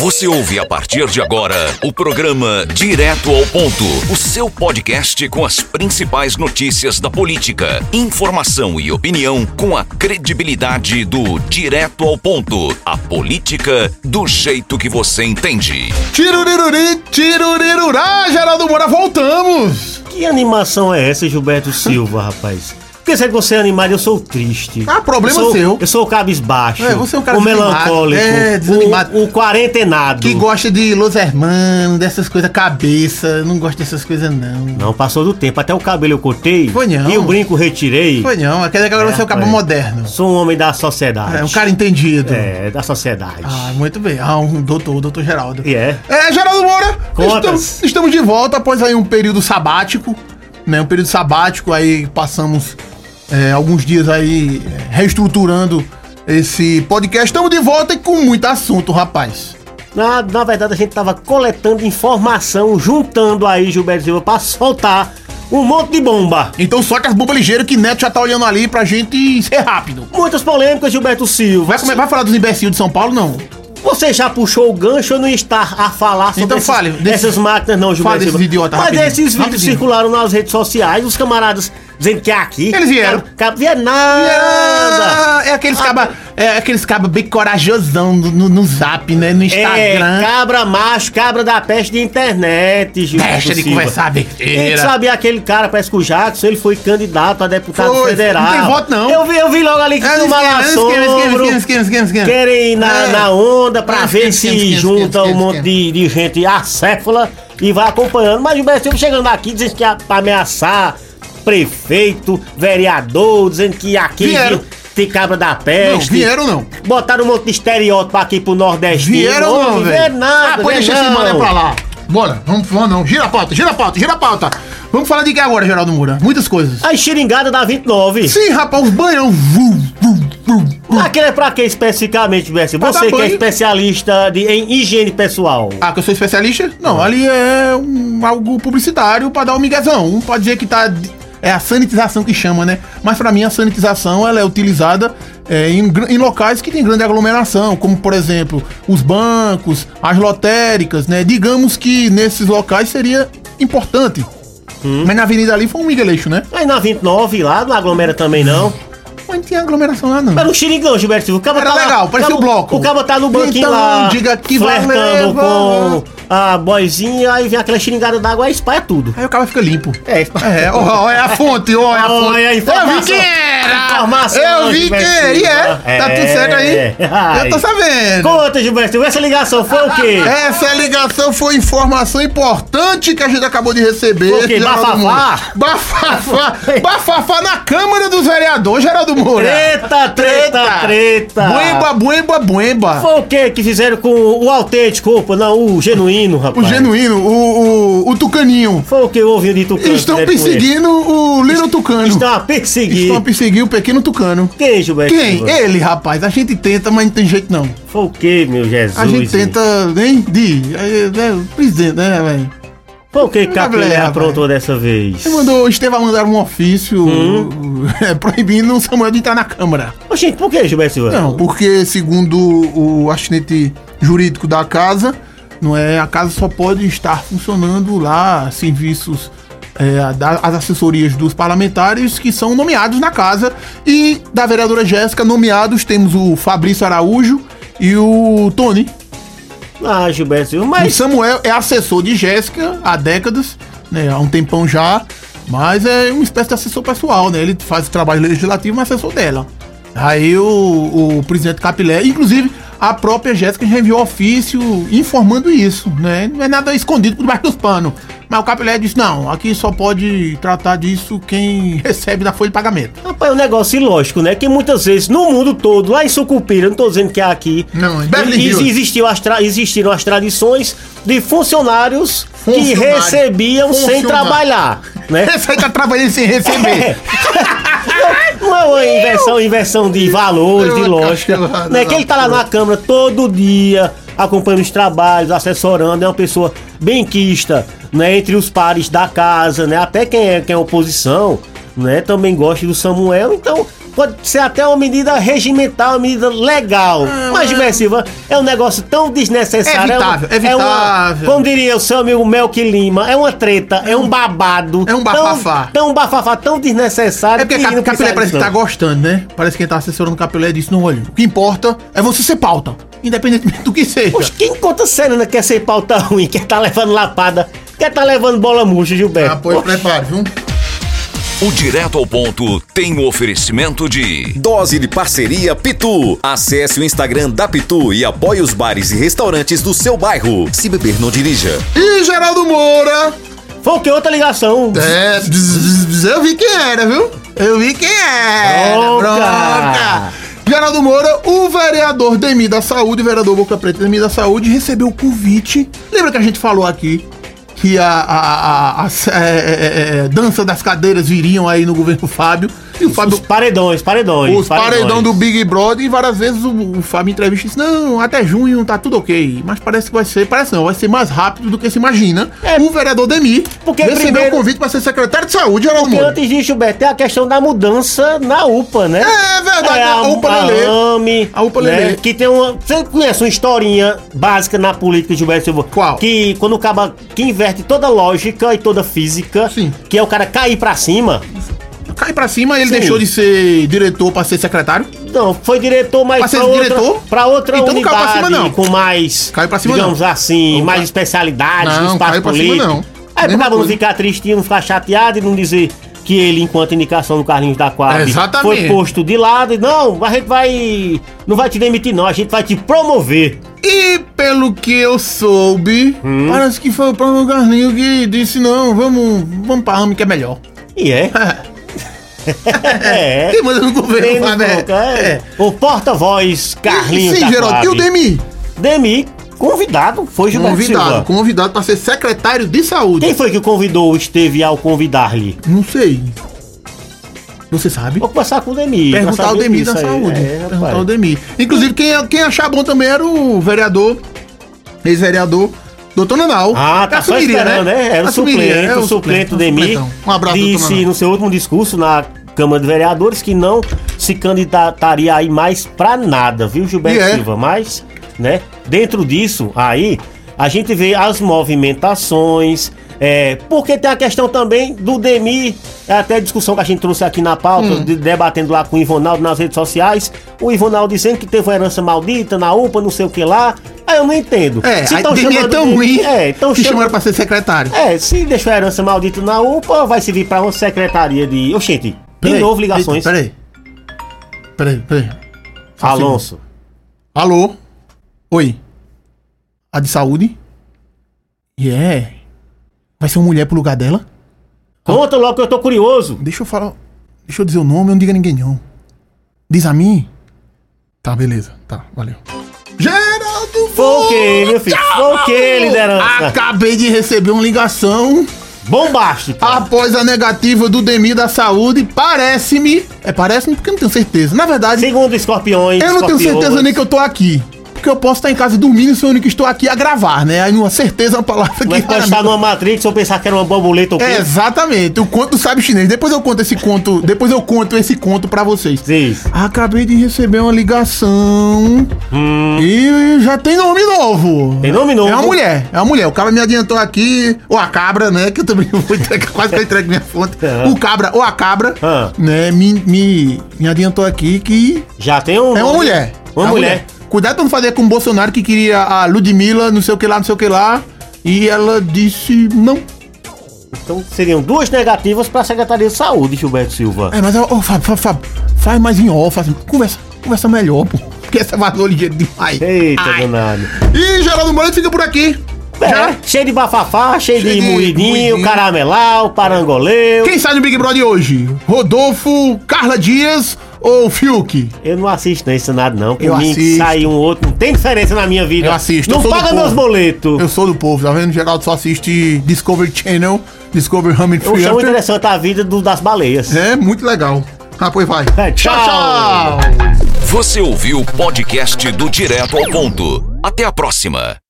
Você ouve a partir de agora o programa Direto ao Ponto, o seu podcast com as principais notícias da política, informação e opinião com a credibilidade do Direto ao Ponto, a política do jeito que você entende. Tiruriruri, tirurirurá, Geraldo Moura, voltamos! Que animação é essa, Gilberto Silva, rapaz? Porque se você é animado, eu sou triste. Ah, problema eu sou, seu. Eu sou o cabisbaixo. É, você é um cara O desanimado, melancólico. é, desanimado. O, o quarentenado. Que gosta de Los Hermanos, dessas coisas, cabeça, não gosta dessas coisas não. Não, passou do tempo. Até o cabelo eu cortei. Foi não. E o brinco retirei. Foi não, quer dizer que agora É, você é um cabo rapaz. moderno. Sou um homem da sociedade. É, um cara entendido. É, da sociedade. Ah, muito bem. Ah, um doutor, o doutor Geraldo. E é. É, Geraldo Moura, Contas. estamos, estamos de volta após aí um período sabático, né? Um período sabático, aí passamos é, alguns dias aí é, reestruturando esse podcast. Estamos de volta e com muito assunto, rapaz. Na, na verdade, a gente tava coletando informação, juntando aí, Gilberto Silva, pra soltar um monte de bomba. Então soca as bombas ligeiro que Neto já tá olhando ali pra gente ser rápido. Muitas polêmicas, Gilberto Silva. Vai, comer- vai falar dos imbecil de São Paulo, não? Você já puxou o gancho, eu não está a falar sobre Então esses- fale desses- essas máquinas, não, Gilberto. desses Silva. idiotas, Mas rapidinho, esses vídeos rapidinho. circularam nas redes sociais, os camaradas dizendo que é aqui. Eles vieram. Cabo- Cabo vieram nada. Ah, é aqueles cabas é aqueles caba bem corajosão no, no- no zap, né? No É, Instagram. cabra macho, cabra da peste de internet, Gilberto. Deixa de Silva. conversar Tem que besteira. saber é aquele cara, parece que o Jackson, ele foi candidato a deputado Foi, federal. não tem voto, não. Eu vi, eu vi logo ali que É, no esquema, esquema, esquema, esquema, malassombro. esquema, esquema, esquema. Querem ir na, É. na onda pra Ah, ver esquema, se esquema, esquema, junta esquema, um monte esquema. de, de gente acéfala e vai acompanhando. Mas o Gilberto Silva chegando aqui dizendo que ia pra ameaçar prefeito, vereador, dizendo que aqui Vieram. vi- tem cabra da Não, peste. vieram não. Botaram um monte de estereótipo aqui pro Nordeste. Vieram não, não velho. vieram nada, Ah, pode vieram deixar esse mané não. pra lá. Bora, vamos, vamos não. Gira a pauta, gira a pauta, gira a pauta. Vamos falar de que agora, Geraldo Moura? Muitas coisas. A xeringada da 29. Sim, rapaz, os banhão. Vum, vum, vum, vum. Aquele é pra quê especificamente, Bessi? Pra dar Você que é banho. especialista de- em higiene pessoal. Ah, que eu sou especialista? Não, ali é um, algo publicitário pra dar um miguezão. Um pode dizer que tá. de- É a sanitização que chama, né? Mas pra mim a sanitização ela é utilizada é, em, gr- em locais que tem grande aglomeração, como por exemplo os bancos, as lotéricas, né? Digamos que nesses locais seria importante. Mas na avenida ali foi um migueleixo, né? Mas na 29 lá, não aglomera também não. Mas não tinha aglomeração lá não. Era um xeringão, Gilberto Silva. O cabo Era tá lá- legal, parecia o um bloco. O cabo tá no banquinho Então, lá, diga que flertando valeu, com valeu. a boizinha, aí vem aquela xeringada d'água, aí espalha tudo. Aí o cara fica limpo. É, É, ó, ó, é a fonte, ó, é a fonte. Olha a informação. Eu vi que era! Informação, Eu vi que Gilberto era! E Silva. é, tá tudo né, É. certo aí? Ai. Eu tô sabendo. Conta, Gilberto Silva, essa ligação foi o quê? Essa é ligação foi informação importante que a gente acabou de receber. Por quê? Geraldo Bafafá? Moura. Bafafá! Bafafá na Câmara dos Vereadores, Geraldo Moura. Treta, treta, treta. Buemba, buemba, buemba. Foi o quê que fizeram com o autêntico, opa, não, o genuíno, O rapaz. genuíno, o, o, o tucaninho. Foi o que eu ouvi de Tucano. Eles estão fizeram com ele. perseguindo o Little Tucano. Estão Estão perseguindo. perseguindo o pequeno tucano. Quem, Gilberto? Quem? Silva? Ele, rapaz. A gente tenta, mas não tem jeito não. Foi o que, meu Jesus? A gente tenta, hein? Di, é, é, o presidente, né, velho? Foi o que que Gabriel, Capilé rapaz. aprontou dessa vez? Ele mandou, o Estevão mandar um ofício é, proibindo o Samuel de entrar na Câmara. Ô, gente, por que, Gilberto Silva? Não, porque segundo o assinante jurídico da casa, não é, a casa só pode estar funcionando lá serviços é, da- as assessorias dos parlamentares que são nomeados na casa e da vereadora Jéssica nomeados temos o Fabrício Araújo e o Tony. Ah, Gilberto Silva, O mas... Samuel é assessor de Jéssica há décadas, né, há um tempão já, mas é uma espécie de assessor pessoal, né? Ele faz o trabalho legislativo, mas é assessor dela. Aí o, o presidente Capilé, inclusive a própria Jéssica já enviou ofício informando isso, né? Não é nada escondido por debaixo dos panos. Mas o Capilé disse: não, aqui só pode tratar disso quem recebe da folha de pagamento. Rapaz, é um negócio ilógico, né? Que muitas vezes, no mundo todo, lá em Sucupira, não tô dizendo que é aqui... Não, em Beverly e- Hills. existiu as tra- existiram as tradições de funcionários que Funcionário. recebiam sem Funcionário. trabalhar, né? Esse aí tá trabalhando sem É. receber. Não é uma inversão, inversão de valores, É de uma lógica. cachorrada, Né? Que ele tá lá rapaz. na Câmara todo dia, acompanhando os trabalhos, assessorando, é uma pessoa benquista, né? Entre os pares da casa, né? Até quem é, quem é oposição, né? Também gosta do Samuel, então. pode ser até uma medida regimental, uma medida legal. mas, Gilberto Silva, é um negócio tão desnecessário. Evitável, é uma, é uma- evitável. como diria o seu amigo Melk Lima, é uma treta, é um babado. é um bafafá. Tão, tão bafafá, tão desnecessário. É porque que Cap não Capilé precisa parece que disso, tá não. gostando, né? Parece que quem tá assessorando o Capilé disse, não, olha, o que importa é você ser pauta, independentemente do que seja. Poxa, quem conta né, sério ainda quer ser pauta ruim, quer tá levando lapada, quer tá levando bola murcha, Ah, Gilberto? Poxa. É, prepare, viu? O Direto ao Ponto tem o oferecimento de Dose de parceria Pitu. Acesse o Instagram da Pitu e apoie os bares e restaurantes do seu bairro. Se beber, não dirija. E Geraldo Moura? Foi o que? Outra ligação. É, eu vi quem era, viu? Eu vi quem era. Bronca. Bronca. Geraldo Moura, o vereador Demi da Saúde, o vereador Boca Preta Demi da Saúde, recebeu o convite. Lembra que a gente falou aqui que a, a- a- a- as- é, é, é, é, dança das cadeiras viriam aí no governo Fábio? E o Fábio. Os paredões, paredões. Os paredão do Big Brother e várias vezes o, o Fábio em entrevista disse, não, até junho tá tudo ok. Mas parece que vai ser, parece não, vai ser mais rápido do que se imagina. É. o vereador Demi Porque recebeu primeiro- o convite pra ser secretário de saúde, Geraldo Porque Moura. antes disso, Gilberto, tem a questão da mudança na UPA, né? É verdade, É, a a UPA UPA Lelê. AME. né? A UPA Lelê. Que tem uma... Você conhece uma historinha básica na política, Gilberto Silva? Qual? Que quando acaba... Que inverte toda lógica e toda física. Sim. Que é o cara cair pra cima. Cai pra cima, ele Sim. Tá deixou de ser diretor pra ser secretário. Não, foi diretor, mas Mas pra ele outra, diretor? pra outra Então não unidade, caiu pra cima, não. com mais, Caiu pra cima, digamos não. assim, Não, mais cai- especialidade, Não, caiu pra cima, não. Aí pro Mesma cabo É, não coisa. ficar tristinho, não ficar chateado e não dizer que ele, enquanto indicação do Carlinhos da Quadra, Exatamente. foi posto de lado. e Não, a gente vai... Não vai te demitir, não. A gente vai te promover. E pelo que eu soube, parece que foi o Paulo Garninho que disse, não, vamos, vamos pra AME que é melhor. E é. é. Quem manda no governo, Menos Fábio? boca, é. É. O porta-voz Carlinhos Sim, da Geraldo, e o Quadra. Demi? Demi, convidado, foi Gilberto Silva. Convidado, convidado pra ser secretário de saúde. Quem foi que o convidou ou esteve ao convidar-lhe? Não sei. Você sabe? Vou começar com o Demi. Perguntar Nós ao Demi da sabemos disso aí. saúde. É, Perguntar rapaz. ao Demi. Inclusive, quem, quem achar bom também era o vereador, ex-vereador, doutor Nanal. Ah, tá só Assumiria, esperando, né? Era o Assumiria, suplente, era o suplente do um Demi. supletão. Um abraço, doutor Disse Nanal. no seu último discurso na Câmara de Vereadores que não se candidataria aí mais pra nada, viu, Gilberto E é. Silva? Mas, né, dentro disso, aí, a gente vê as movimentações, é, porque tem a questão também do Demi, é até a discussão que a gente trouxe aqui na pauta, Hum. de- debatendo lá com o Ivonaldo nas redes sociais, o Ivonaldo dizendo que teve uma herança maldita na UPA, não sei o que lá. Aí eu não entendo. É, Se aí tão Demi é chamando tão de- ruim É, tão que chamando chamaram pra ser secretário. é, se deixou a herança maldita na UPA, vai servir pra uma secretaria de. Oxente, tem Peraí, novo ligações. Peraí. Peraí, peraí. Só um Alonso. segundo. Alô? Oi. A de saúde? Yeah. Vai ser uma mulher pro lugar dela? Conta logo que eu tô curioso. Deixa eu falar. Deixa eu dizer o nome, eu não diga ninguém não. Diz a mim? Tá, beleza. Tá, valeu. Geraldo Foi o quê, meu filho? Foi o quê, liderança? Acabei de receber uma ligação Bombástico. após a negativa do Demi da Saúde. Parece-me. É, parece-me porque eu não tenho certeza. Na verdade, Segundo escorpiões. eu não tenho escorpioas. certeza nem que eu tô aqui. Porque eu posso estar em casa dormindo, sonhando que estou aqui a gravar, né? Aí uma certeza é uma palavra Mas que. pode estar numa matrix ou pensar que era uma borboleta ou É, quê? exatamente. O conto sabe chinês. Depois eu conto esse conto. Depois eu conto esse conto pra vocês. Diz. Acabei de receber uma ligação. hum, E já tem nome novo. Tem nome novo. É uma mulher, é uma mulher. O cara me adiantou aqui, ou a cabra, né? Que eu também vou entregar, quase que eu entrego minha fonte. Ah. O cabra, ou a cabra, Ah. né? Me, me, me adiantou aqui que Já tem um. é uma mulher. Uma É mulher. Cuidado pra não fazer com o Bolsonaro que queria a Ludmilla, não sei o que lá, não sei o que lá. E ela disse não. Então seriam duas negativas pra Secretaria de Saúde, Gilberto Silva. É, mas, ó, ó, Fábio, Fábio, Fábio, faz mais em off, faz- conversa, conversa melhor, pô. Porque essa vazou ligeiro demais. Eita, danado. E Geraldo Moreira fica por aqui. Já? É, cheio de bafafá, cheio, Cheio de de moidinho, moidinho. caramelau, parangoleu. Quem sai do Big Brother hoje? Rodolfo, Carla Dias ou Fiuk? Eu não assisto nem isso nada, não. Por Eu mim, assisto. sai um outro, não tem diferença na minha vida. Eu assisto, eu Não sou do paga povo. meus boletos. Eu sou do povo, tá vendo? Geraldo só assiste Discovery Channel, Discovery Humming Eu, chamo interessante é a vida do- das baleias. É, muito legal. Ah, pois vai. É, tchau. tchau. tchau. Você ouviu o podcast do Direto ao Ponto. Até a próxima.